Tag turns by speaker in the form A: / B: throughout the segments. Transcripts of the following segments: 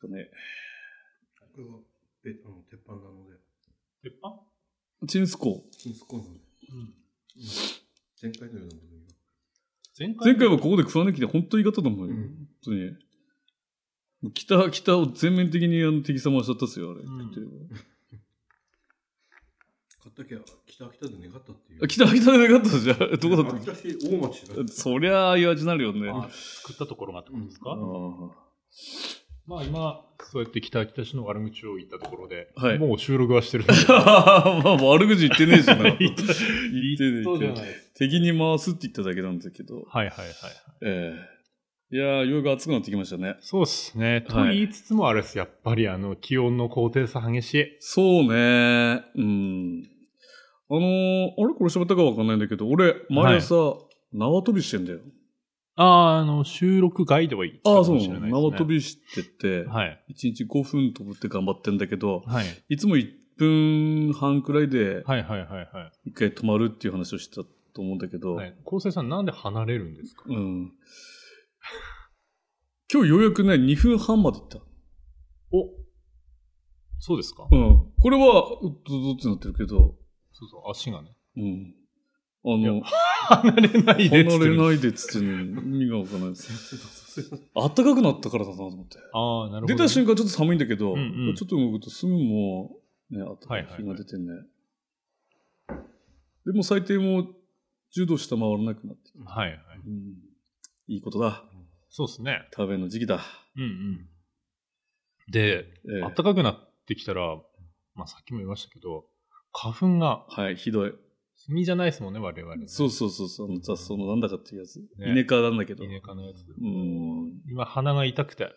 A: とね、
B: これは、え、あの、鉄板なので、
C: 鉄板
A: チンスコ
B: チンスコーンなので、
C: うん。
B: 前回のようなものには。
C: 前回
A: 前回はここで草抜きで本当に言い方だもんよ。
B: うん
A: 本当に。北、北を全面的にあの敵様しちゃったっすよ、あれ。
C: うん
A: 食ってれ
B: 買っ
A: ば
B: たきゃ、北秋田で願ったっていう。
A: あ北、北でなかったじゃん。 どこだった
B: 秋田市大町だ。
A: そりゃああいう味になるよね。
C: あ作ったところがってことです
B: う
C: か、
A: あー
C: まあ今、そうやって北秋田市の悪口を言ったところで、
A: はい
C: もう収録はしてるん
A: ま あ、悪口言ってねえしな。 言ってねえ
C: そうじ
A: 言
C: ゃ
A: って
C: な
A: ね
C: いです
A: え。敵に回すって言っただけなんだけど。
C: はいはいはいはい。
A: ええいやー、ようやく暑くなってきましたね。
C: そうっすね。と
A: はい
C: 言いつつもあれです。やっぱりあの、気温の高低差激しい。
A: そうね。うん。あのー、あれこれ喋ったかわかんないんだけど、俺、毎朝、縄跳びしてんだよ。
C: ああ、あの、収録外では言った
A: あ
C: か
A: あ、そう
C: も
A: な
C: しれ
A: の、
C: ないです、ね。
A: 縄跳びしてて、
C: はい。
A: 一1日5分飛ぶって頑張ってんだけど、
C: はい。
A: いつも1分半くらいで
C: はいはいはいはい。
A: 1回止まるっていう話をしたと思うんだけど、
C: はい、昴生さん、なんで離れるんですか
A: うん。今日ようやくね、2分半まで行った。
C: おそうですか、
A: うん。これは、うっとどってなってるけど、
C: そうそう、足がね。
A: うん。あ
C: いや
A: の、
C: 離れないでっつっ
A: 離
C: て
A: れ
C: る。
A: ないでっつってんの意味がわかんない です。あったかくなったからだなと思って。
C: ああ、なるほど、
A: 出た瞬間ちょっと寒いんだけど、
C: うんうん
A: ちょっと動くとすぐもう、ね、あったかい
C: はいはい
A: 日が出てんね。でも最低も10度下回らなくなってきた。
C: はいはい。
A: うん。いいことだ。
C: そうですね。
A: 食べの時期だ。
C: うんうん。で、
A: ええ
C: 暖かくなってきたら、まあさっきも言いましたけど、花粉が、
A: はい、ひどい。
C: 炭じゃないですもんね、我々、ね。
A: そうそうそうそう、あの雑草のなんだかっていうやつ。
C: ね
A: イネ科なんだけど。
C: 稲科のやつ。
A: うん。
C: 今、鼻が痛くて。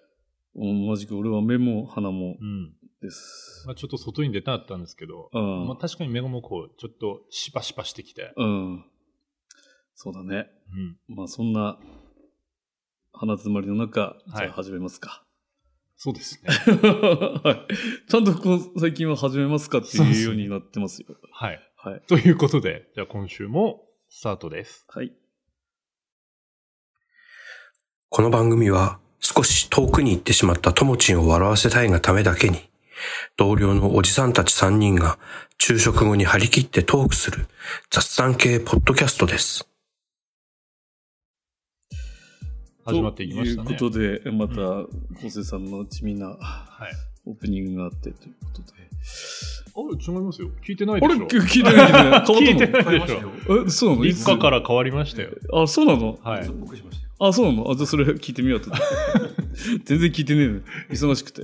A: うんマジか、俺は目も鼻も
C: うん。
A: です。
C: まあちょっと外に出たかったんですけど、
A: うん
C: まあ確かに目がもうこう、ちょっとシパシパしてきて。
A: うん。そうだね。
C: うん。
A: まあそんな鼻詰まりの中、じ
C: は
A: ゃ
C: い
A: あ始めますか。
C: そうですね。
A: はい。ちゃんとこう最近は始めますかって
C: そうで
A: いう
C: す
A: ようになってますよ。
C: はい。
A: はい。
C: ということで、じゃあ今週もスタートです。
A: はい。
D: この番組は少し遠くに行ってしまったともちんを笑わせたいがためだけに、同僚のおじさんたち3人が昼食後に張り切ってトークする雑談系ポッドキャストです。
C: 始まっていきましたね。
A: ということで、また、昴生さんの地味な
C: はい。
A: オープニングがあってということで。
C: あれ、違いますよ。聞いてない
A: あ
C: で
A: れ
C: しょ。
A: 聞いてない変わったの
C: 聞いてない
B: 買い
C: で
B: ま
C: し
B: し
C: ょ
B: た。よ。
A: え、そうなのいつ
C: 一家から変わりましたよ。
A: あ、そうなの
C: はい。
B: 僕しましたよ。
A: あ、そうなのあ、じゃあそれ聞いてみようと。全然聞いてねえの。忙しくて。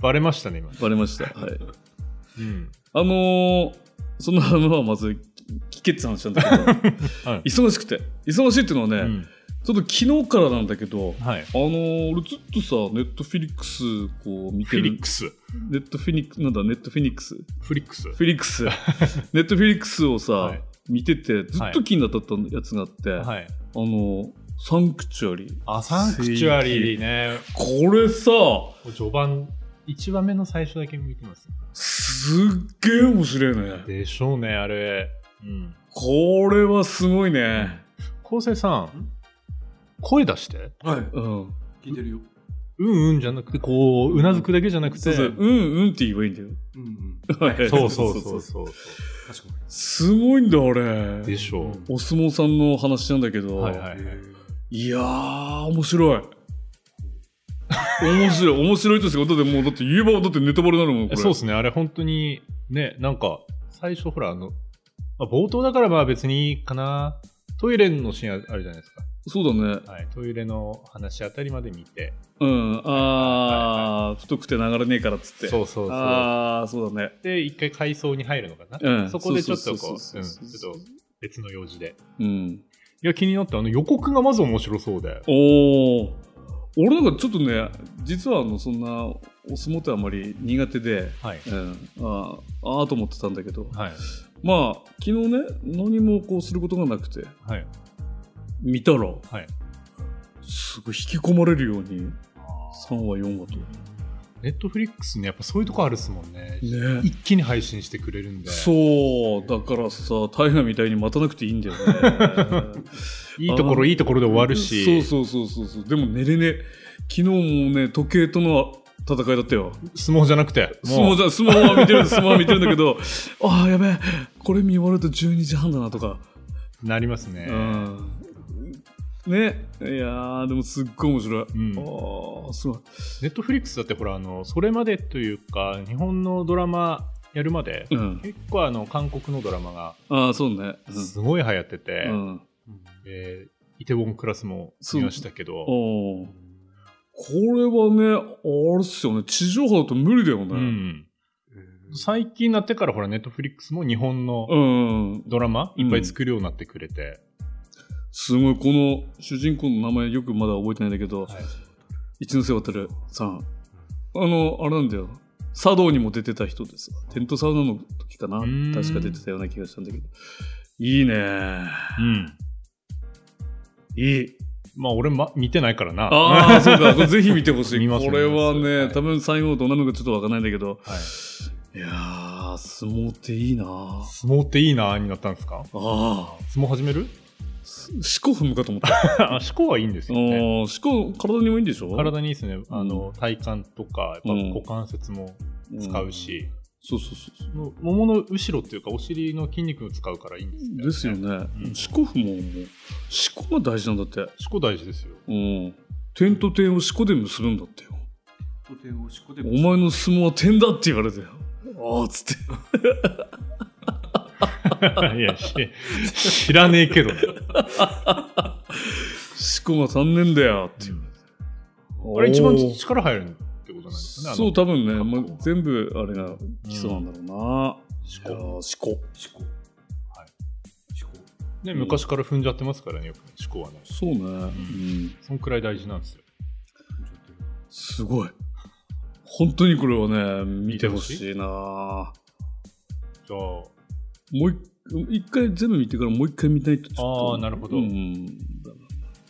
C: バレましたね、今。
A: バレました。はい。
C: うん。
A: あのー、そんなのはまず聞けって話なんだけど、
C: はい
A: 忙しくて。忙しいっていうのはね、
C: うん
A: ちょっと昨日からなんだけど、
C: はい。
A: あのー、俺ずっとさ、ネットフィリックスこう見
C: フ
A: て
C: ィ
A: る。
C: リックス。
A: ネットフィニックなんだ、ネットフィニックス。フ
C: フリックス。
A: ィリックス。ネットフィリックスをさ、
C: はい
A: 見てて、ずっと気になったやつがあって、
C: はい。
A: あのー、サンクチュアリー。
C: あ、サンクチュアリーね。
A: これさ、
C: 序盤、1話目の最初だけ見てます。
A: すっげえ面白いね。
C: でしょうね、あれ。うん。
A: これはすごいね。
C: 昴生さん
B: ん、
C: 声出して。
B: はい。
A: うん。
B: 聞いてるよ。
C: うんうんじゃなくて、こう、うなずくだけじゃなくて。
A: そうそう、うんうんって言えばいいんだよ。
B: うんうん。
C: そうそうそうそう。
B: かしこまりまし
A: すごいんだ、あれ
C: で。しょ
A: お相撲さんの話なんだけど、
C: う。はいは
B: た。
C: いはい。
A: い、やー、面白い。面白い、面白いとしか、だってもう、だって言えば、だってネタバレになるもん、こ
C: え
A: れ。
C: そうですね、あれ本当に、ね、なんか、最初ほら、あの、まあ、冒頭だからまあ別にいいかな。トイレのシーンああるじゃないですか。
A: そうだね。
C: はい、トイレの話あたりまで見て。
A: うん、あー、太くて流れねえからっつって。
C: そうそうそう。
A: あー、そうだね。
C: で、一回階層に入るのかな。
A: うん
C: そこでちょっとこう、う
A: そ
C: ん
A: うそう
C: ちょっ
A: そうそう
C: と別の用事で。
A: うん。
C: いや、気になった。あの、予告がまず面白そうで。
A: おお俺なんかちょっとね実はあのそんなお相撲ってあんまり苦手で、
C: はい。
A: うん、あーあーと思ってたんだけど
C: はい。
A: まあ昨日ね何もこうすることがなくて
C: はい。
A: 見たら
C: はい。
A: すごい引き込まれるように3話4話と
C: ネットフリックスね、やっぱそういうとこあるっすもんね。
A: ね
C: 一気に配信してくれるんで。
A: そうだからさ大河みたいに待たなくていいんだよね
C: いいところ、いいところで終わるし。
A: そうそうそうそうそうでも寝れねえ昨日もね時計との戦いだったよ。
C: 相撲じゃなくて。
A: 相撲
C: じ
A: じゃ、相撲は見てる、相撲は見てるんだけど、 ああ、やべえ、これ見終わると12時半だなとか。
C: ゃ。なりますね。
A: うん。ね、いやー、でもすっごい面白い。
C: うん
A: ああ、すごい。
C: ネットフリックスだってほら、あの、それまでというか、日本のドラマやるまで、
A: うん。
C: 結構あの、韓国のドラマが
A: ああ、そうね。
C: すごい流行ってて、
A: うん。うん、
C: えーイテウォンクラスも見ましたけど、
A: おーこれはね、あれっすよね。地上波だと無理だよね。
C: うん。
D: うん
C: 最近になってからほら、ネットフリックスも日本の
A: うん。
C: ドラマ、
A: うん
C: いっぱい作るようになってくれて、
A: すごい、この主人公の名前よくまだ覚えてないんだけど、
C: はい
A: 一ノ瀬渡さん。あの、あれなんだよ。茶道にも出てた人です。テントサウナの時かな
C: ーん
A: 確か出てたような気がしたんだけど。いいね
C: うん。
A: いい。
C: まあ、俺、ま、見てないからな。
A: ああ、そうか。これぜひ見てほしい。
C: 見ま
A: こ
C: す
A: れは
C: 見ます
A: ね
C: は、い
A: 多分最後どうなるのかちょっとわかんないんだけど。
C: はい
A: いやー、相撲っていいなあ
C: 相撲っていいなーになったんですか
A: あ
C: 相撲始め
A: ー。
C: る
A: し思考踏むかと思 った。
C: あ、思考はいいんですよね。
A: 思考、体にもいいんでしょ
C: 体にいいですね。あの、体幹とか、やっぱ股関節も使うし、
A: そうそうそうそう。
C: もももの後ろっていうか、お尻の筋肉を使うからいいんですよ、ね。
A: ですよね。思考踏むも、もう、思考が大事なんだって。
C: 思考大事ですよ。
A: うん。点と点を思考で結ぶんだってよ。
D: 古典をしこで
A: お前の相撲は点だって言われたよ。ああ、つって。
C: いや、し知らねえけどね。
A: 思考が3年だよって言われて。
C: あれ一番
A: おー
C: 力入るってことなんですよね。あの
A: そう、多分ね、
C: 格好
A: ま
C: が
A: あ、全部あれが基礎なんだろうな。いやー思考。
D: しこはいしこ
C: ね、昔から踏んじゃってますからね、よくね思考はね。
A: そうね、うん。
C: そんくらい大事なんですよ。
A: すごい。本当にこれはね、見てほしいな。
C: じゃあ、
A: もう一一回全部見てからもう一回見ないとちょっと。
C: あーなるほど
A: うん。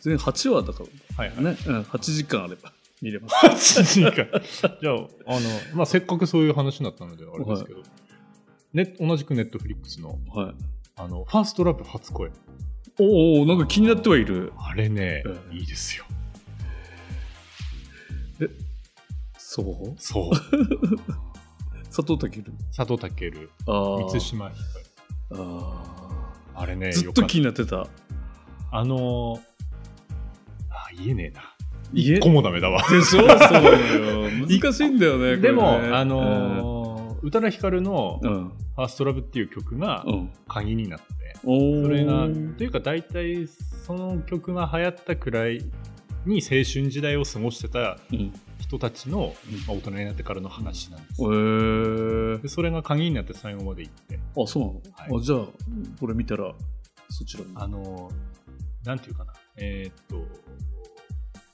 A: 全8話だか
C: はい はい。
A: らね、うん、8時間あれば見れます。
C: じゃあ、あの、まあ、せっかくそういう話になったので、あれですけど、ね、同じくネットフリックスの、
A: はい。
C: あの、ファーストラブ初恋。
A: おうおうなんか気になってはいる。
C: あれね、
A: うん
C: いいですよ。
A: そう
C: そう。
A: 佐藤健。
C: 佐藤健、
A: あー
C: 満島ひかり。
A: あ
C: あれね、
A: ーずっ
C: よか
A: と気になってた。
C: たあのー、あ、言えねえな。
A: 家
C: 一個もダメだわ。
A: でしょそうなのよ。難しいんだよね。これね
C: でも、あのー宇多田ヒカルの
A: う
C: 「
A: ん。
C: ファーストラブっていう曲が
A: うん。
C: 鍵になって、
A: お
C: それが
A: うん
C: というか大体その曲が流行ったくらいに青春時代を過ごしてた人たちの、まあ、大人になってからの話なんですよ、
A: へえ
C: でそれが鍵になって最後まで行って
A: あ、そうなの、
C: はい
A: あじゃあ、これ見たら、そちらに。
C: あのーなんていうかなえーっと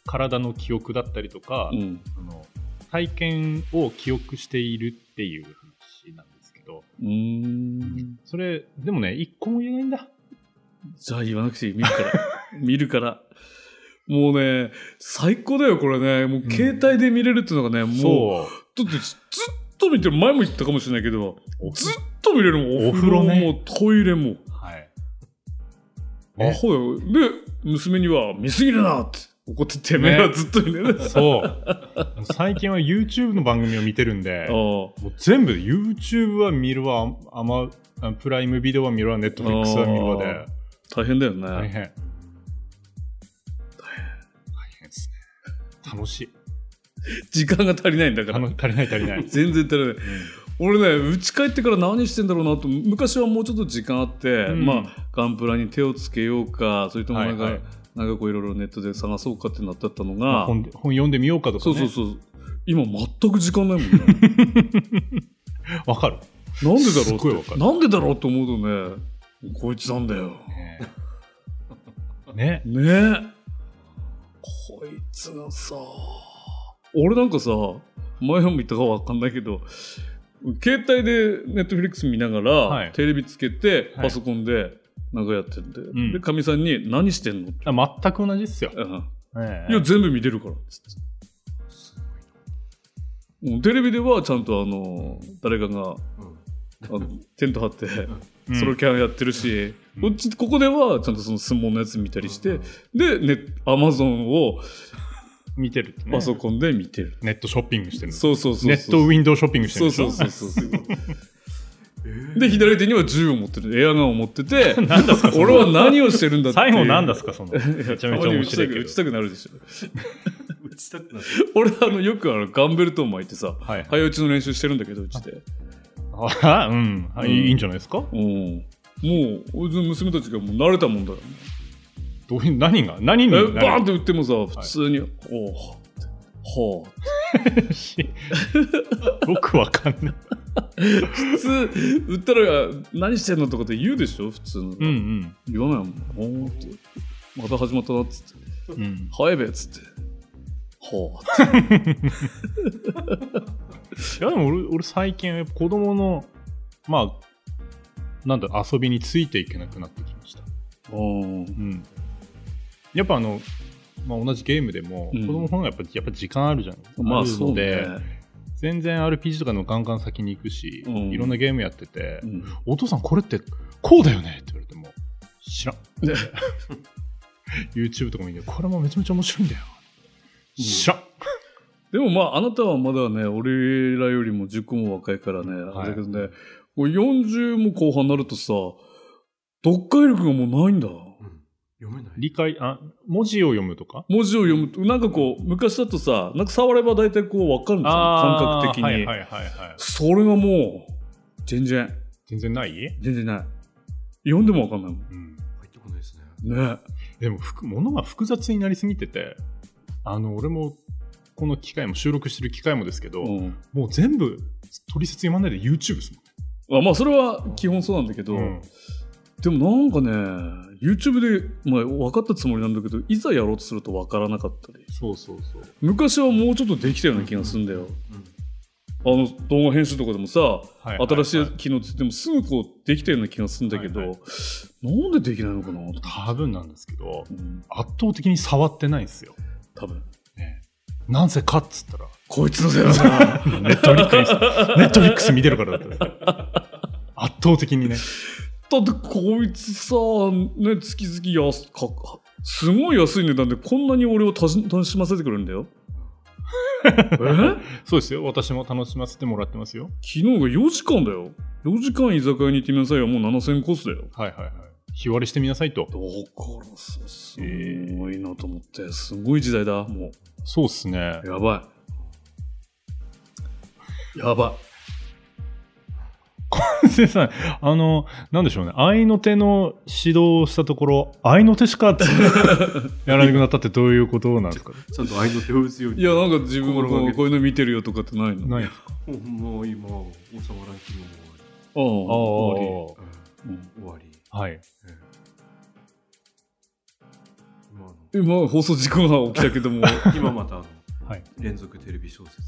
C: 体の記憶だったりとか、
A: うん。
C: その体験を記憶しているっていう話なんですけど
A: うーん。
C: それでもね一個も言えないんだ
A: じゃあ言わなくていい。見るから。 見るから。もうね、最高だよ、これね。もう携帯で見れるっていうのがね、もう、
C: そう
A: だってずっと見てる、前も言ったかもしれないけど、ずっと見れるもん。
C: お風呂ね
A: もトイレも。
C: はい。
A: アホよ。で、娘には見すぎるなって怒ってて、目はずっと見れ ない。
C: そう。最近は YouTube の番組を見てるんで
A: あ、あ
C: もう全部 YouTube は見るわ、アマあプライムビデオは見るわ、Netflix は見るわで、
A: 大変だよね。
C: 大変。大変ですね。楽しい。
A: 時間が足りないんだか
C: あの
A: ら。
C: 足りない足りない。
A: 全然足りない。俺ね、家帰ってから何してんだろうなと、昔はもうちょっと時間あって、
C: うん
A: まあ、ガンプラに手をつけようか、それともなんか、
C: はいはい
A: なんかこういろいろネットで探そうかってなってったの
C: まあ
A: が、
C: 本で本読んでみようかとか、
A: そ
C: ね、
A: うそうそう。今全く時間ないもんね。
C: わかる。
A: なんでだ
C: すごい
A: ろう
C: わ
A: って。
C: かる
A: なんでだろうって思うとね、こいつなんだよ。
C: ねえ ね
A: ねえ。こいつがさ、俺なんかさ、前も言ったかわかんないけど、携帯でネットフリックス見ながら、
C: はい
A: テレビつけて、
C: はい
A: パソコンでなんかやってんで、
C: ん
A: で、かみさんに何してんのって。
C: あ全く同じっすよ。
A: うん
C: ええ
A: いや、全部見れるから、つって。うんテレビではちゃんとあの、誰かが、あのテント張って、
C: うん
A: ソロキャンやってるし、こっち、ここではちゃんとその相撲のやつ見たりして、で、ね、アマゾンを
C: 見てるってね
A: パソコンで見てる。
C: ネットショッピングしてるの
A: そうそうそうそう。
C: ネットウ
A: ン
C: ィンドウショッピングしてる
A: そ
C: ん
A: う
C: でし
A: そ
C: ょ
A: うそうそう。
D: えー
A: で、左手には銃を持ってる。エアガンを持ってて、
E: 何だすかその
A: 俺は何をしてるんだってい
E: 最
A: う。
E: 後なんだすかそのめちゃめちゃ
A: たまに
E: 面白いけ
A: 打
E: ど
A: ちたくなるでしょ。
D: 打ちたくなる。
A: 俺、あの、よくあの、ガンベルトを巻いてさ、
C: はい
A: 早打ちの練習してるんだけど、うちで。
E: あうん
C: はいいいんじゃないですか
A: うん。もう、うちの娘たちがもう慣れたもんだから。
C: どういう何が何に
A: え
C: 何
A: バーンっ
C: が
A: て打ってもさ、普通に、おおってほう。
C: 僕わかんない
A: 普通、打ったら、何してんのとかって言うでしょ、普通の。
C: うんうん
A: 言わないもん。ほうって。また始まったなっつって。
C: うん
A: 早いべっつって。ほう。
C: いやでも俺俺最近やっぱ子供のまあなんだ遊びについていけなくなってきました
A: うん。
C: うんやっぱあの、まあ、同じゲームでも、
A: うん
C: 子供の方がやっぱやっぱ時間あるじゃん、
A: まあ
C: るの
A: そう
C: で
A: ね。
C: 全然 RPG とかのガンガン先に行くし、
A: うん
C: いろんなゲームやってて、
A: うん
C: お父さんこれってこうだよねって言われても 知らん YouTube とか見てこれもめちゃめちゃ面白いんだよ、
A: うん
C: 知らん
A: でもまあ、あなたはまだね、俺らよりも10個も若いからね、あ
C: はい
A: れだけどね、こう40も後半になるとさ、読解力がもうないんだ。
D: うん読めない。
C: 理解あ文字を読むとか
A: 文字を読むと、なんかこう、昔だとさ、なんか触れば大体こう分かるんですよ、感覚的に。
C: はいはいはいはい
A: それがもう、全然、
C: 全然ない、
A: 全然ない。読んでも分かんないも
C: うん、
D: 入ってこないです
A: ん。
D: ね。
A: ね。
C: でもふく物が複雑になりすぎててあの俺もこの機械も収録してる機械もですけど、
A: うん
C: もう全部取説読まないで YouTube です
A: あまあ、それは基本そうなんだけど、
C: もん、うん
A: でもなんかね、YouTube で、まあ、分かったつもりなんだけど、いざやろうとすると分からなかったり。
C: そうそうそう
A: 昔はもうちょっとできたような気がするんだよ。あの動画編集とかでもさ、
C: はい
A: 新しい機能ついてもすぐこうできたような気がするんだけど、
C: はいは
A: なんでできないのかなとか、
C: 多分なんですけど
A: うん、
C: 圧倒的に触ってないんですよ、
A: 多分
C: ね、なんせかっつったら
A: こいつのせいだな
C: ネットフリック スネットフリックス見てるからだったんですよ圧倒的にね
A: だってこいつさ、ね、月々安かかすごい安い値段でこんなに俺をたし楽しませてくれるんだよ え
C: そうですよ私も楽しませてもらってますよ
A: 昨日が4時間だよ4時間居酒屋に行ってみなさいよもう7000コースだよ
C: はいはいはい日割りしてみなさいと
A: だからさすごいなと思ってすごい時代だもう
C: そうっ すね
A: やばい。やば
C: 先生さんあのなんでしょうね合いの手の指導をしたところ合いの手し かやらなくなったってどういうことなんですか
D: ちゃんと愛の手を打つよう
A: い。
D: に。
A: いや、なんか自分
D: 心が
A: も
D: けて
A: こういうの見てるよとかってないの
C: ない
D: もうもう今、王様ランキング
A: あ
D: も
A: あ
C: 終
A: 終わ
C: わ
A: りうん
D: 終わり。うん終わり。
C: りはい
D: ええ今の
A: 今、放送事故が起きたけ ども。
D: 今また あの、
C: はい
D: 連続テレビ小説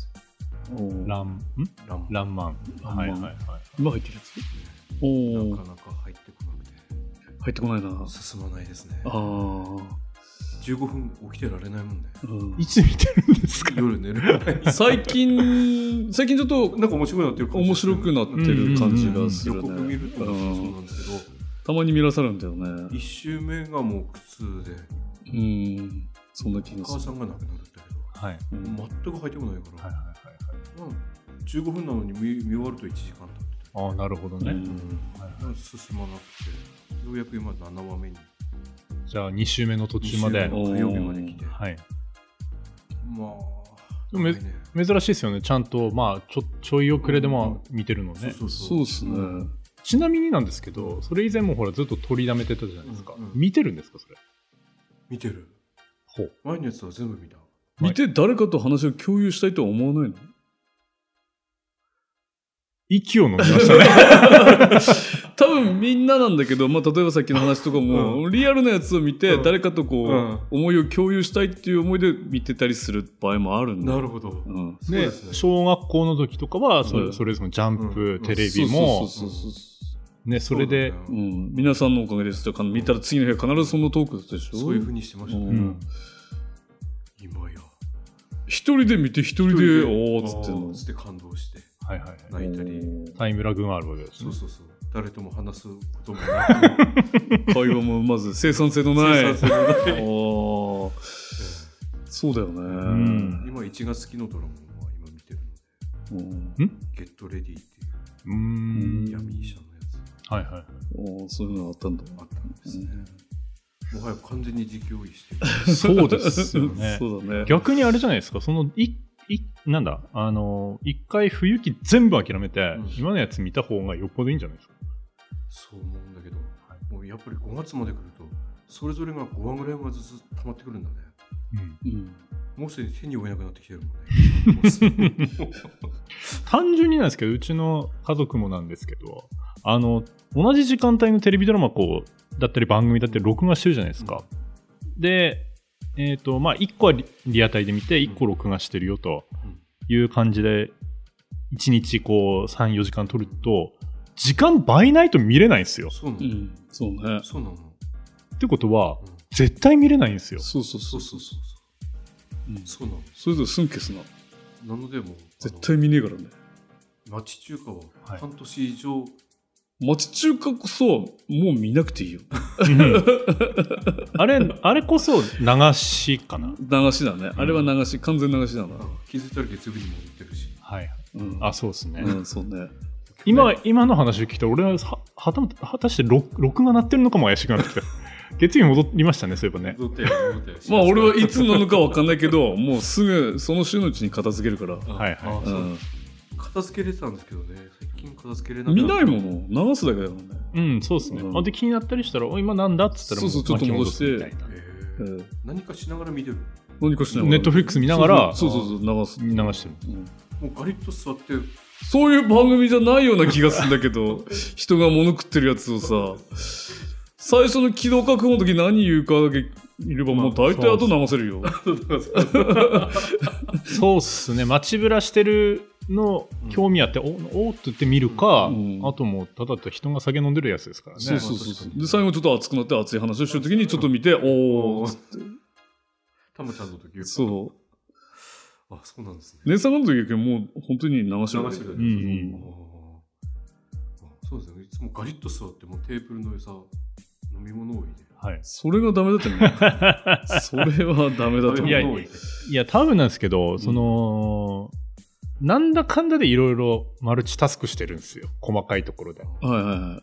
A: うん
C: ランん
D: 「ラン
C: ランマン
A: ンマン
C: はいはいはい
A: 今入ってるやつお
D: な
A: お
D: か、なか入ってこなくて
A: 入ってこないな。
D: 進まないですね
A: ああ、
D: 15分起きてられないもんね
A: うん
C: いつ見てるんですか
D: 夜寝る
A: 最近、最近ちょっと
D: なんか面白くなってるかも
A: 面
D: しれ
A: 白
D: ない
A: くなってる感じがす
D: 予
A: る
D: 告見
A: ね。
D: るとそう
A: うん
D: なんですけど
A: たまに見らされるんだよね
D: 1。周目がもう苦痛で
A: うん、そんな気が
D: 母
A: す
D: さ
A: る。
D: んが亡くなるんだけど
C: はい
A: うん
D: 全く入ってこないから、
C: はいはいはい
D: うん15分なのに見見終わると1時間経って
C: はいああなるほどね、
A: うん
D: た、うん進まなくてようやく今7話目に
C: じゃあ2週目の途中ま
D: 2
C: で
D: 週目の火曜日まで来て
C: はい
D: まあ、
C: でもめ
D: ね、
C: 珍しいですよねちゃんとまあちょちょい遅れでも見てるのね、
D: そう
A: そうですね。
C: ちなみになんですけどそれ以前もほらずっと取りだめてたじゃないですか、
D: うんうん
C: 見てるんですかそれ
D: 見てる。
C: ほう
D: 前のやつは全部見た。
A: 見て誰かと話を共有したいとは思わないの
C: 息を飲み ましたね
A: 多分みんななんだけど、まあ、例えばさっきの話とかも、リアルなやつを見て
D: うん
A: 誰かとこう、
D: うん
A: 思いを共有したいっていう思いで見てたりする場合もあるんだ
D: なるほど。
A: うん、
D: そう
C: で
D: ですね
C: 小学校の時とかはそれ,、
A: うん
C: それぞれジャンプ、
D: うん
C: テレビも
A: そうそうそうそう
C: ね、それで
D: そうだ
A: う
D: ね
A: ん、皆さんのおかげですとか見たら次の日は必ずそのトークだったでしょ
D: そういうふうにしてました
A: う
D: ね。
A: ん
D: 今や。
A: 一人で見て一人でおおっつってん
D: あ
A: の
D: ーつって感動して
C: はいはいはい
D: 泣いたり。
C: タイムラグがあるわけです、
D: そ
C: ね
D: う、そうそう。誰とも話すことも なく。
A: 会話もまず生産性のない
D: 生産性のない
A: おーそうだよね。う。
C: うんん。
D: 今1月期のドラマは今見てるので、
A: うん
D: ゲットレディっていう
C: ーん。
D: う闇医者のやつ
C: はいはい。
A: おーそういうのがあったんだ。
D: あったんですね。もはや完全に自供意してる。
C: そうですよね
A: そうだね。
C: 逆にあれじゃないですか、その、い、い、なんだ、あの、一回冬季全部諦めて、
D: うん
C: 今のやつ見た方がよっぽどいいんじゃないですか。
D: そう思うんだけど、もうやっぱり5月まで来ると、それぞれが5話ぐらいはずつ溜まってくるんだね。
A: うん。
D: もうすでに手に負えなくなってきてるもんね。もうすでに
C: 単純になんですけど、うちの家族もなんですけど、あの、同じ時間帯のテレビドラマこう、だったり番組だったり録画してるじゃないですか。で、えっ、と、まあ、1個はリリアタイで見て、1個録画してるよという感じで、1日こう、3、4時間撮ると、時間倍ないと見れないんですよ。
D: そうな
A: う
D: の、
A: ん。そうね。
D: そうなの、
C: ってことは
D: うん、
C: 絶対見れないんですよ。
A: そうそうそう
D: そ
A: う
D: そ
A: そうう。
D: そう
A: うん
D: そう。そうなの。
A: それぞれすんけすな。
D: なのでもう、
A: 絶対見ねえからね。
D: あの町中華
C: は
D: はい半年以上、
A: 町中華こそ、もう見なくていいよ。
C: あれ、あれこそ流しかな。
A: 流しだね。あれは流し、完全流しだな。
D: あ気づいたら月曜日にも行ってるし、
C: はい。
A: うん。
C: あ、そうですね。
A: うん、そうね。
C: 今、今の話を聞いたら、俺はは、はたまた、果たして録録画鳴ってるのかも怪しくなっ てきた。月曜日戻りましたね、そういえばね。
D: 戻って戻って。
A: まあ俺はいつなのかわかんないけど、もうすぐその週のうちに片付けるから。
D: あ
C: はいはい
D: あ
A: う、
D: そうん片付けれてたんですけどね、最近片付けれなく
A: 見ない
D: い
A: もの流すだけだもんね。
C: うん、そうですね。
A: うん
C: あで、気になったりしたら、お今なんだっつったらも、
A: そうそうちょっと戻して
C: 巻き戻すみたいな
A: えー
D: 何かしながら見てる。
A: 何かしながら。
C: ネットフリックス見ながら
A: そうそうそうそう流す、
C: 流してる
A: うん
D: もうガリッと座って、
A: そういう番組じゃないような気がするんだけ ど、人が物食ってるやつをさ、最初の起動覚悟の時何言うかだけいればもう大体後流せるよ。
C: そうっすね。街ぶらしてるの興味あって、おおーって言って見るか、
A: うん
C: あともう、ただただ人が酒飲んでるやつですからね。
A: そうそうそうそ
D: ね
A: う。で、最後ちょっと熱くなって熱い話をしてる時にちょっと見て、おーっつって。
D: たまちゃんの時。
A: そう
D: あ、そうなんですね。
A: う。姉さんの時はもう本当に流し
D: 流して
A: る。
D: るだ
C: う
D: け
C: ん
D: で
C: う
D: す
C: ん。
D: あーあそうですよね。いつもガリッと座って、もうテーブルの上さ、飲み物を置いて。
C: はい。
A: それがダメだったね。 それはダメだと思う。
C: いやい
D: 飲み物
C: や
D: を置いて
C: いや、多分なんですけど、その、なんだかんだでいろいろマルチタスクしてるんですよ。細かいところで。
A: はいはいはい。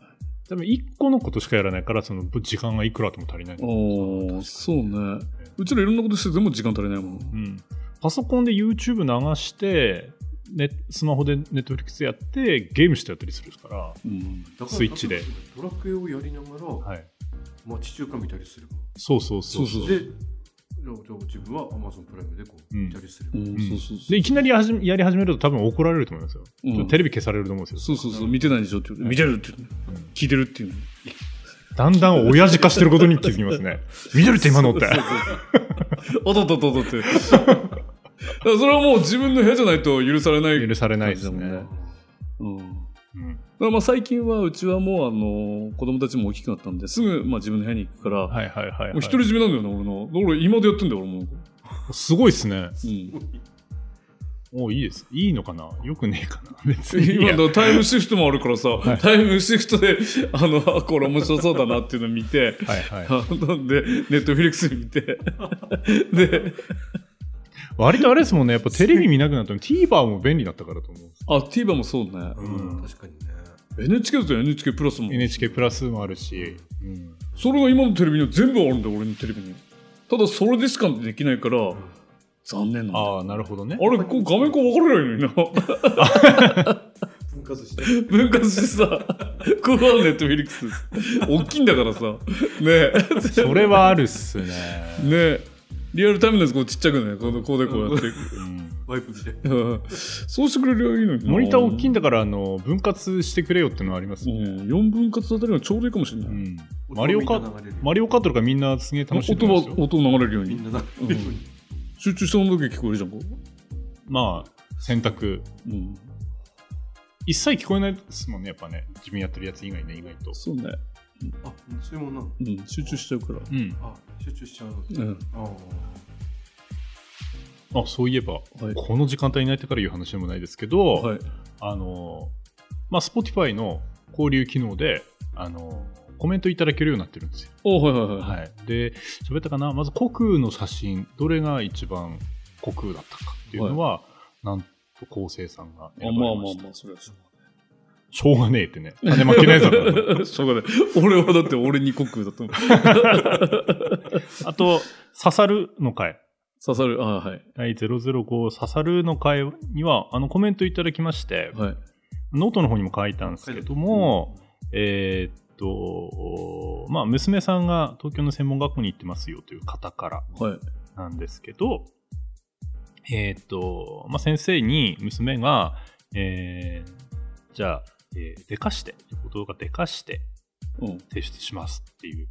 C: 多分一個のことしかやらないから、その時間がいくらあっても足りない。
A: おーそうね。うちらいろんなことして全部時間足りないもん。
C: うん。パソコンで YouTube 流して、ね、スマホで Netflix やって、ゲームしてやったりするから。
A: うん。
D: だから
C: スイッチで。
D: ドラクエをやりながら、
C: はい。
D: 町中華見たりすれば。
C: そうそうそう。
A: そう
D: で、じゃあじゃあ自分は Amazon プライムでこう、
C: うん
D: 見たりすれ
A: う
D: ば。
A: ん、
C: うん
A: そうそうそう。
C: で、いきなり始めやり始めると多分怒られると思いますよ。
A: うん
C: ちょっとテレビ消されると思うんです
A: そ
C: よ。
A: うそうそう、見てないでしょって言う見てるって言うの
C: うん
A: 聞いてるっていうの
C: だんだん親父化してることに気づきます ね。見てるって今のって。
A: おとっとっとっとって。だからそれはもう自分の部屋じゃないと許されない。
C: 許されないですね。
A: うんうん。だ
C: うん
A: からまあ最近はうちはもうあの子供たちも大きくなったんですぐまあ自分の部屋に行くから、
C: はいはいはい、はい。
A: もう独り占めなんだよね、俺の。だから今でやってんだよ、俺も。
C: すごいですね。
A: うん。
C: おいいです。いいのかなよくねえかな別に。い
A: 今
C: や
A: のタイムシフトもあるからさ、
C: い
A: タイムシフトで、あの、あこれ面白そうだなっていうの見て、
C: はいはい。
A: あなんで、ネットフィリックス見て、 で、
C: 割とあれですもんね。やっぱテレビ見なくなったの TVer も便利だったからと思う。
A: あ、TVer もそうね。
D: うん確かにね。
A: NHK だと NHK プラスも。
C: NHK プラスもあるし。うん。
A: それが今のテレビには全部あるんだよ、俺のテレビに。ただ、それでしかできないから、残念なんだよ。
C: ああ、なるほどね。
A: あれ、こう画面こう分かれないのにな。
D: 分割 して。
A: 分割してさ、ここはネットフィリックスです。大きいんだからさ。ねえ。
C: それはあるっすね。
A: ねえ。リアルタイムのやつこうちっちゃくね、このこうでこうやっていく
C: うん
D: ワイプ見て。
A: うん。そうしてくれりゃいいのにな
C: モニター大きいんだから、あの、分割してくれよってのはあります
A: う
C: ね。
A: ん、4分割あたりがちょうどいいかもしれな
C: う
A: い。
C: ん。マリオカート、マリオカートとかみんなすげえ楽しいと
A: 音
C: 思
A: は
C: うんですよ。
A: 音流れるよう
D: み
A: に
D: ん。ななるように
A: 集中した音だけ聞こえるじゃん、こ
C: まあ、選択。
A: う。うん。
C: 一切聞こえないですもんね、やっぱね。自分やってるやつ以外ね、意外と。
A: そうね。
D: あ、そういうもんなの
A: うん、集中しちゃうから。
C: うん。
D: あ、集中しちゃうの。
A: うん。
D: あ
C: あ、そういえば、
A: はい。
C: この時間帯になってから言う話でもないですけど、
A: はい。
C: あのまあ、Spotify の交流機能で、あのコメントいただけるようになってるんですよ。
A: おはいはいはい。
C: はい、で、喋ったかな、まず虚空の写真、どれが一番虚空だったかっていうのは、なんと昴生さんが
A: あまあ
C: 選ばれま
A: ま
C: し
A: あ
C: た。
A: まあ、それはしょ
C: しょうがねえってね、金負けないぞ。
A: う がない。しょうがない。俺はだって俺に国空だと思う。
C: あと、刺さるの回。
A: 刺さる、あはい。
C: 第005刺さるの回には、あのコメントいただきまして、
A: はい。
C: ノートの方にも書いたんですけども、えーっと、まあ、娘さんが東京の専門学校に行ってますよという方から
A: はい。
C: なんですけど、えーっと、まあ、先生に娘が、えーじゃあ、えーでかして、ことがでかして
A: うん。
C: 提出しますっていう、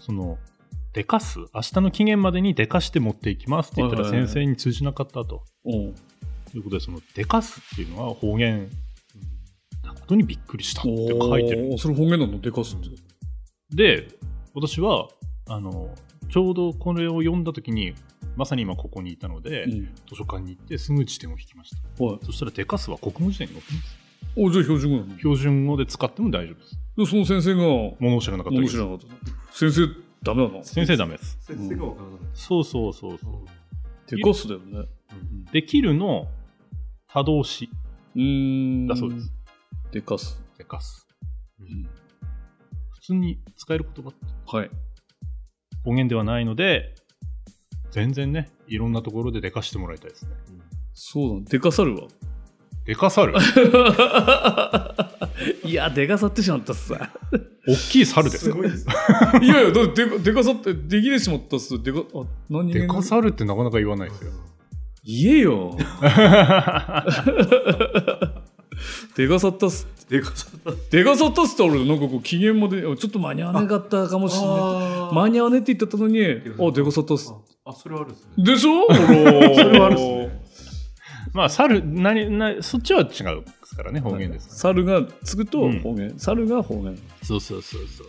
C: その、でかす、明日の期限までにでかして持っていきますって言ったら
A: はいはいはい
C: 先生に通じなかったと。
A: うん。
C: ということで、その、でかすっていうのは方言なことにびっくりしたって書いてる。
A: おーそれ方言なのでかすって。
C: で、私は、あの、ちょうどこれを読んだときに、まさに今ここにいたので、
A: うん。
C: 図書館に行ってすぐ辞典を引きました。
A: はい。
C: そしたら、でかすは国語辞典に載ってます。
A: おじゃあ標準語なの
C: 標準語で使っても大丈夫です。
A: でその先生が、
C: 物を知らなかった
A: 面
C: です
A: 白かった。先生、ダメだな。
C: 先生ダメです。
D: 先生がわからない。
C: そうそうそうそう。
A: でかすだよね。
C: できるの多動詞
A: うーん。
C: だそうです。。
A: でかす。
C: でかす。
A: うん
C: 普通に使える言葉って
A: はい。
C: 方言ではないので、全然ね、いろんなところででかしてもらいたいですね。
A: そうだ、でかさるわ。
C: で かさる
A: いや、でかさってしまったっす。い
C: 大きい猿です
D: す
C: か
D: ごい ですね。
A: やいや、だってでかでかさって、できてしまったっす。でか、あ、何
C: でか
A: る
C: 猿ってなかなか言わないですよ。
A: 言えよ。でかさったっす。
D: でかさだ。
A: でかさったっすって俺、なんかこう、機嫌まで、あちょっと間に合わなかったかもしれない。
D: あ
A: 間に合わねえって言ったのに、あ、でかさったっす。
D: あ、それはあるんですね。
A: でしょ そ
D: それはあるっすね。
C: まあ、猿、なに、な、そっちは違うですからね、方言です、
A: 猿がつくと
C: う
A: 方
C: ん
A: 言、猿が方言。
C: そうそうそうそう。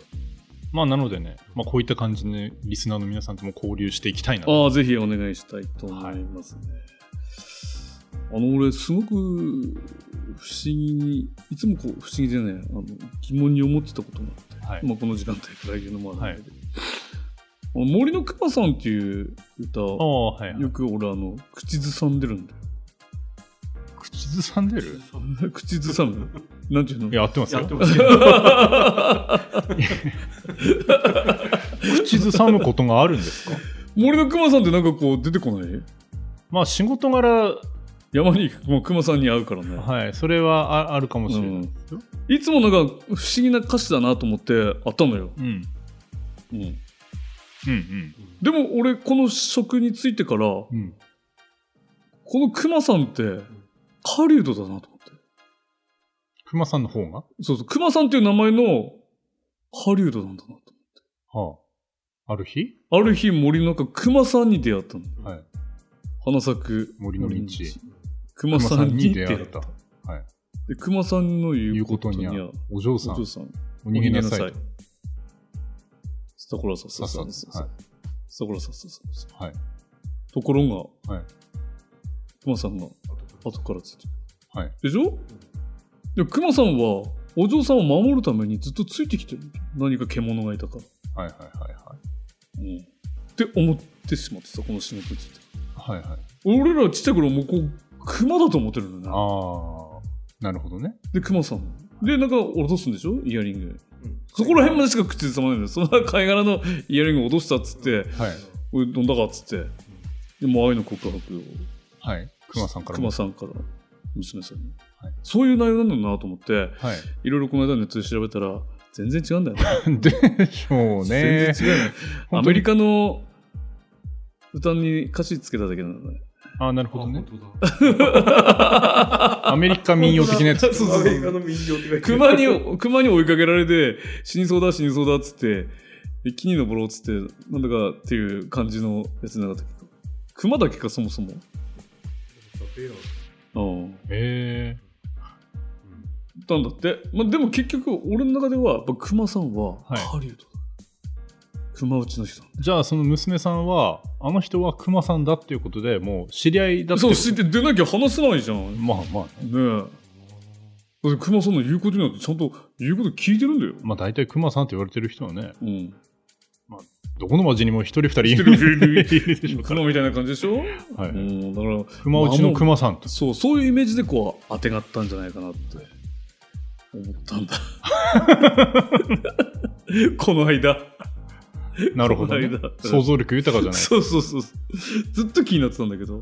C: まあ、なのでね、まあ、こういった感じで、リスナーの皆さんとも交流していきたいなと。
A: ああ、ぜひお願いしたいと思いますね。あの、俺、すごく不思議に、いつもこう不思議でね、あの疑問に思ってたことがあって、
C: はい
A: まあ、この時間帯から言うのもあるんだけど、あの森の熊さんっていう歌、
C: あ
A: よ
C: あ、はい、はい。
A: く俺、あの、口ずさんでるんだ
C: 口ずさんでる
A: よ。 口ずさむ。なんていうの
C: いや、合ってます
D: や
C: よ
D: っ。てます
C: 口ずさむことがあるんですか
A: 森の熊さんってなんかこう出てこない
C: まあ、仕事柄、
A: 山に行く熊熊さんに会うからね。
C: はい、それはああるかもしれ
A: う
C: ない
A: ん
C: ですよ。
A: いつもなんか不思議な歌詞だなと思ってあったのよ。
C: うん。うん、
A: うん
C: うん、
A: でも俺この職についてからこ
C: うん。
A: のクマさんって狩人だなと思って
C: 熊さんの方が
A: そうそうクマさんっていう名前の狩人なんだなと
C: はあ。ある日
A: ある日森の中クマさんに出会ったの、
C: はい
A: 花咲く
C: 森の道
A: クマ
C: 熊
A: さ
C: さ
A: ん
C: ん
A: に
C: に
A: 出
C: 出
A: 会
C: 会
A: っ
C: ったた。
A: でクマさんの言
C: 言
A: う
C: う
A: こ
C: ことと
A: に
C: に
A: は
C: は、お嬢さ
A: お
C: ん
A: 嬢、さん
C: お逃げなさい。
A: いだからさそうそうそうそう
C: はい
A: だからさそうそうそう
C: はい
A: ところが、
C: はい
A: クマさんが後からついてる
C: はい
A: でしょでクマさんはお嬢さんを守るためにずっとついてきてる何か獣がいたから、
C: はいはいはいは
A: うん、って思ってしまってさこの仕事について
C: い。はいはい。
A: 俺らちっちゃい頃もうこうクマだと思ってるんだよね
C: ああ、なるほどね。
A: でクマさんでなんか落とすんでしょイヤリングそ
D: そ
A: こら辺ま
D: で。
A: でしか口ずさまないんだよそんな貝殻のイヤリング落としたっつって
C: はい。
A: 「おい飲んだか」っつってでもう愛の告白を
C: はい。熊さんからも。
A: 熊さんから娘さんに、
C: はい
A: そういう内容なんだなと思って
C: はい。
A: いろいろこの間ネットで調べたら全然違うんだよね
C: でしょうね
A: 全。然違うね。ア
C: 本当に
A: メリカの歌に歌詞つけただけなんだね。
C: ああ、なるほどね
D: 本。当だ。
C: アメリカ民謡的なやつ。
A: そうそうそう
D: あの民謡って書いてある
A: 熊に、熊に追いかけられて、死にそうだ、死にそうだっつって、で木に登ろうっつって、なんだかっていう感じのやつなかったっけか。熊だけか、そもそも。うん。
C: ええ。
A: なんだって。まあ、でも結局、俺の中では、やっぱ熊さんは、
C: はい
A: 狩人だ。熊内の人。
C: じゃあ、その娘さんは、あの人は熊さんだっていうことでもう知り合いだって
A: そ
C: こ
A: う、
C: と
A: 知って出なきゃ話せないじゃん。ね
C: まあまあね。
A: え。だって熊さんの言うことになってちゃんと言うこと聞いてるんだよ。
C: まあ大体クマさんって言われてる人はね、
A: うん。
C: どこの町にも一人二人い
A: 一
C: る
A: 人二人いる
C: いるでしょうから。
A: 熊みたいな感じでしょ、
C: は
A: う
C: い。
A: ん、だから、
C: 熊内の熊さんと。
A: そう、そういうイメージでこう、当てがったんじゃないかなって思ったんだ。 この間。
C: なるほど、ね
A: この間。
C: 想像力豊かじゃない。
A: そうそうそう。ずっと気になってたんだけど。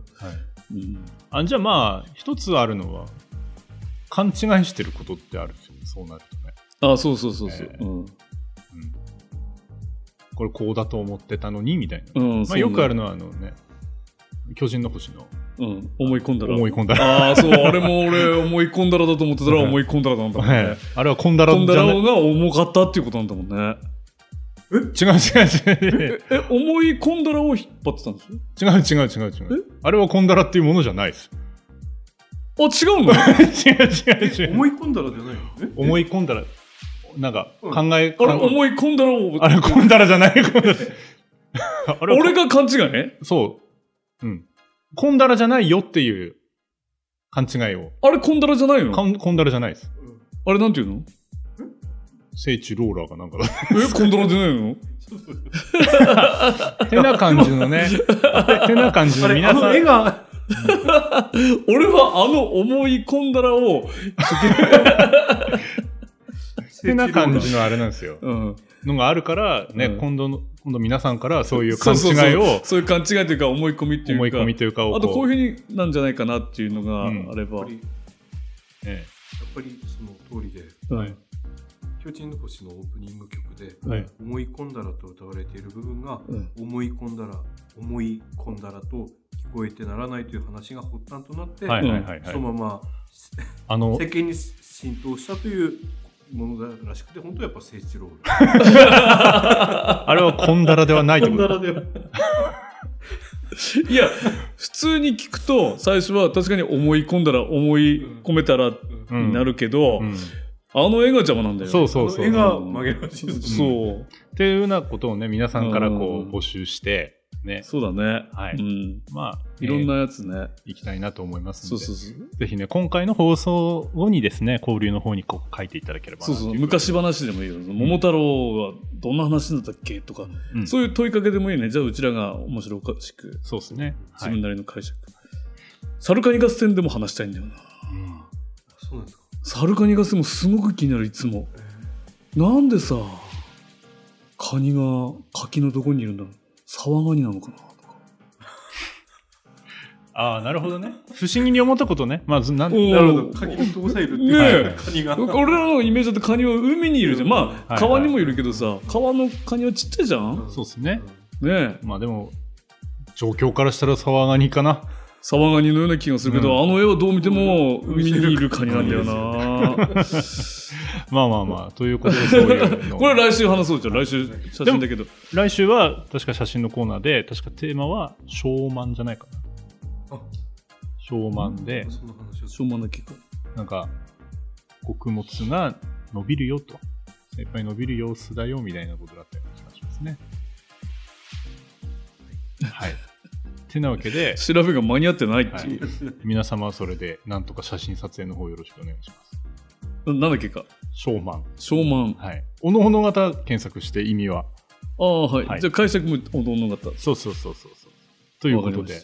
A: うん
C: あじゃあまあ、一つあるのは、勘違いしてることってあるんですよね。そうなるとね。
A: あ、そうそうそうそう。
C: ええ
A: うん
C: うんこれこうだと思ってたのにみたいな。
A: うん。
C: まあ、よくあるのは、あのね、巨人の星の
A: そうね。うん。思い込んだら。
C: 思い込んだら。
A: ああ、そう、あれも俺、思い込んだらだと思ってたら
C: うん
A: 思い込んだらなんだもん
C: は
A: ね
C: い。あれはこんだら
A: 込ん
C: じ
A: だ
C: ゃ
A: ら
C: ない。違う
A: が重かったっていうことなんだもんね。
C: 違う違う違う。
A: え、思い込んだらを引っ張ってたんでし
C: 違う違う違う違う。あれはコンダラっていうものじゃないです。
A: ょあ、違うの あ
C: 違う違う違う。
D: 思い込んだらじゃないのえ
C: 思い込んだら、なんか
D: うん
C: 考え、
A: れ、思い込んだらを
C: あれコンダラじゃない。コンダラあれは
A: 俺が勘違いね。
C: そう。うん。コンダラじゃないよっていう勘違いを。
A: あれ、コンダラじゃないの
C: コンコンダラじゃないです。
A: あれ、なんていう の
C: 聖地ローラーかなんかだ。
A: え、コンダラじゃないの
C: てな感じのね。てな感じの皆さん。
D: が
A: 俺はあの思い込んだらを、
C: てな感じのあれなんですよ。
A: うん、
C: のがあるから、ね、
A: うん
C: 今度の、今度皆さんからそういう勘違い
A: そうそうそう
C: を
A: そういう勘違いというか思い込みっていうか
C: 思い込みというかを
A: あとこういうふうになんじゃないかなっていうのが
C: うん
A: あれば、
D: やっぱりやっ
C: え
D: ぱりその通りで
A: はい
D: 「巨人の星」のオープニング曲で
C: えはい
D: 「思い込んだら」と歌われている部分が
A: うん
D: 「思い込んだら」「思い込んだら」と聞こえてならないという話が発端となって、
C: はいはいはいはい
D: そのまま
C: あの
D: 世間に浸透したというものだらしくて本当はやっぱ聖地ロール
C: あれはコンダラではないってこと
D: だよ。
A: いや普通に聞くと最初は確かに思い込んだら思い込めたらに なるけど、
C: うん
A: あの絵が邪魔なんだよね
C: そうそうそう。
D: 絵が曲げらしいです。
A: そう
C: っていうようなことをね、皆さんからこ
A: うん
C: う募集して、ね、
A: そうだね、
C: はい
A: うん、
C: まあ、
A: いろん
C: えー、
A: なやつね、
C: 行きたいなと思います
A: そ
C: の
A: う
C: で、
A: そうそう
C: ぜひね、今回の放送後にですね、交流の方にこう書いていただければな
A: そうそう
C: ってい
A: 昔話でもいいよ「桃太郎はどんな話だったっけ?」とか、
C: うん
A: そういう問いかけでもいいねじゃあうちらが面白おかしく
C: そうですね。は
A: 自
C: い
A: 分なりの解釈、サルカニ合戦でも話したいんだよな
C: うん
D: そうなんですか。
A: サルカニ合戦もすごく気になるいつもなんでさカニが柿のどこにいるんだろう沢ガニなのかなとか
C: ああ、なるほどね。不思議に思ったことね。まあ、ずなん
A: おー
D: なるほど。カニの搭載るっていう
A: ねえ
D: カニが。
A: 俺らのイメージだとカニは海にいるじゃんまあ
C: はい
A: 川にもいるけどさ川のカニはちっちゃいじゃん
C: そうですね。
A: ねえ
C: まあでも、状況からしたら騒がにかな。
A: 沢ガニのような気がするけど、
C: う
A: あの絵はどう見ても
D: うん
A: 海にいるカニなんだよな
C: まあまあまあ、という ことで、そういうのを
A: これ来週話そうじゃん来週写真だけど
C: 来週は、確か写真のコーナーで、確かテーマは、シマンじゃないかな
D: あ。
C: シマンで、
D: そんな話をし
A: しょうもなきか
C: なんか、穀物が伸びるよと。いっぱい伸びる様子だよみたいなことだったような気がします ね。はい。てなわけで、
A: 調べが間に合ってないって いう、
C: 皆様はそれで、なんとか写真撮影の方よろしくお願いします。
A: なんだっけか
C: ショーマン。
A: ショーマン
C: はい。おのおの型検索して意味は。
A: ああはい、
C: はい
A: じゃあ解釈もおどんの方
C: そうそうそうそうそう。ということで。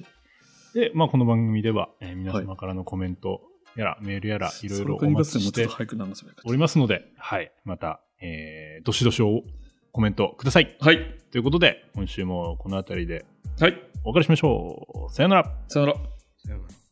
C: で、まあ、この番組では、えー皆様からのコメントやら、メールやら、いろいろお待ちし
A: ちょ
C: て
A: っと早く流せばよか
C: おりますので、はい。また、えー、どしどしおコメントください。
A: ったはい
C: ということで、今週もこの辺りで
A: はい
C: お別れしましょう。さよなら。
A: さよなら
D: さようなら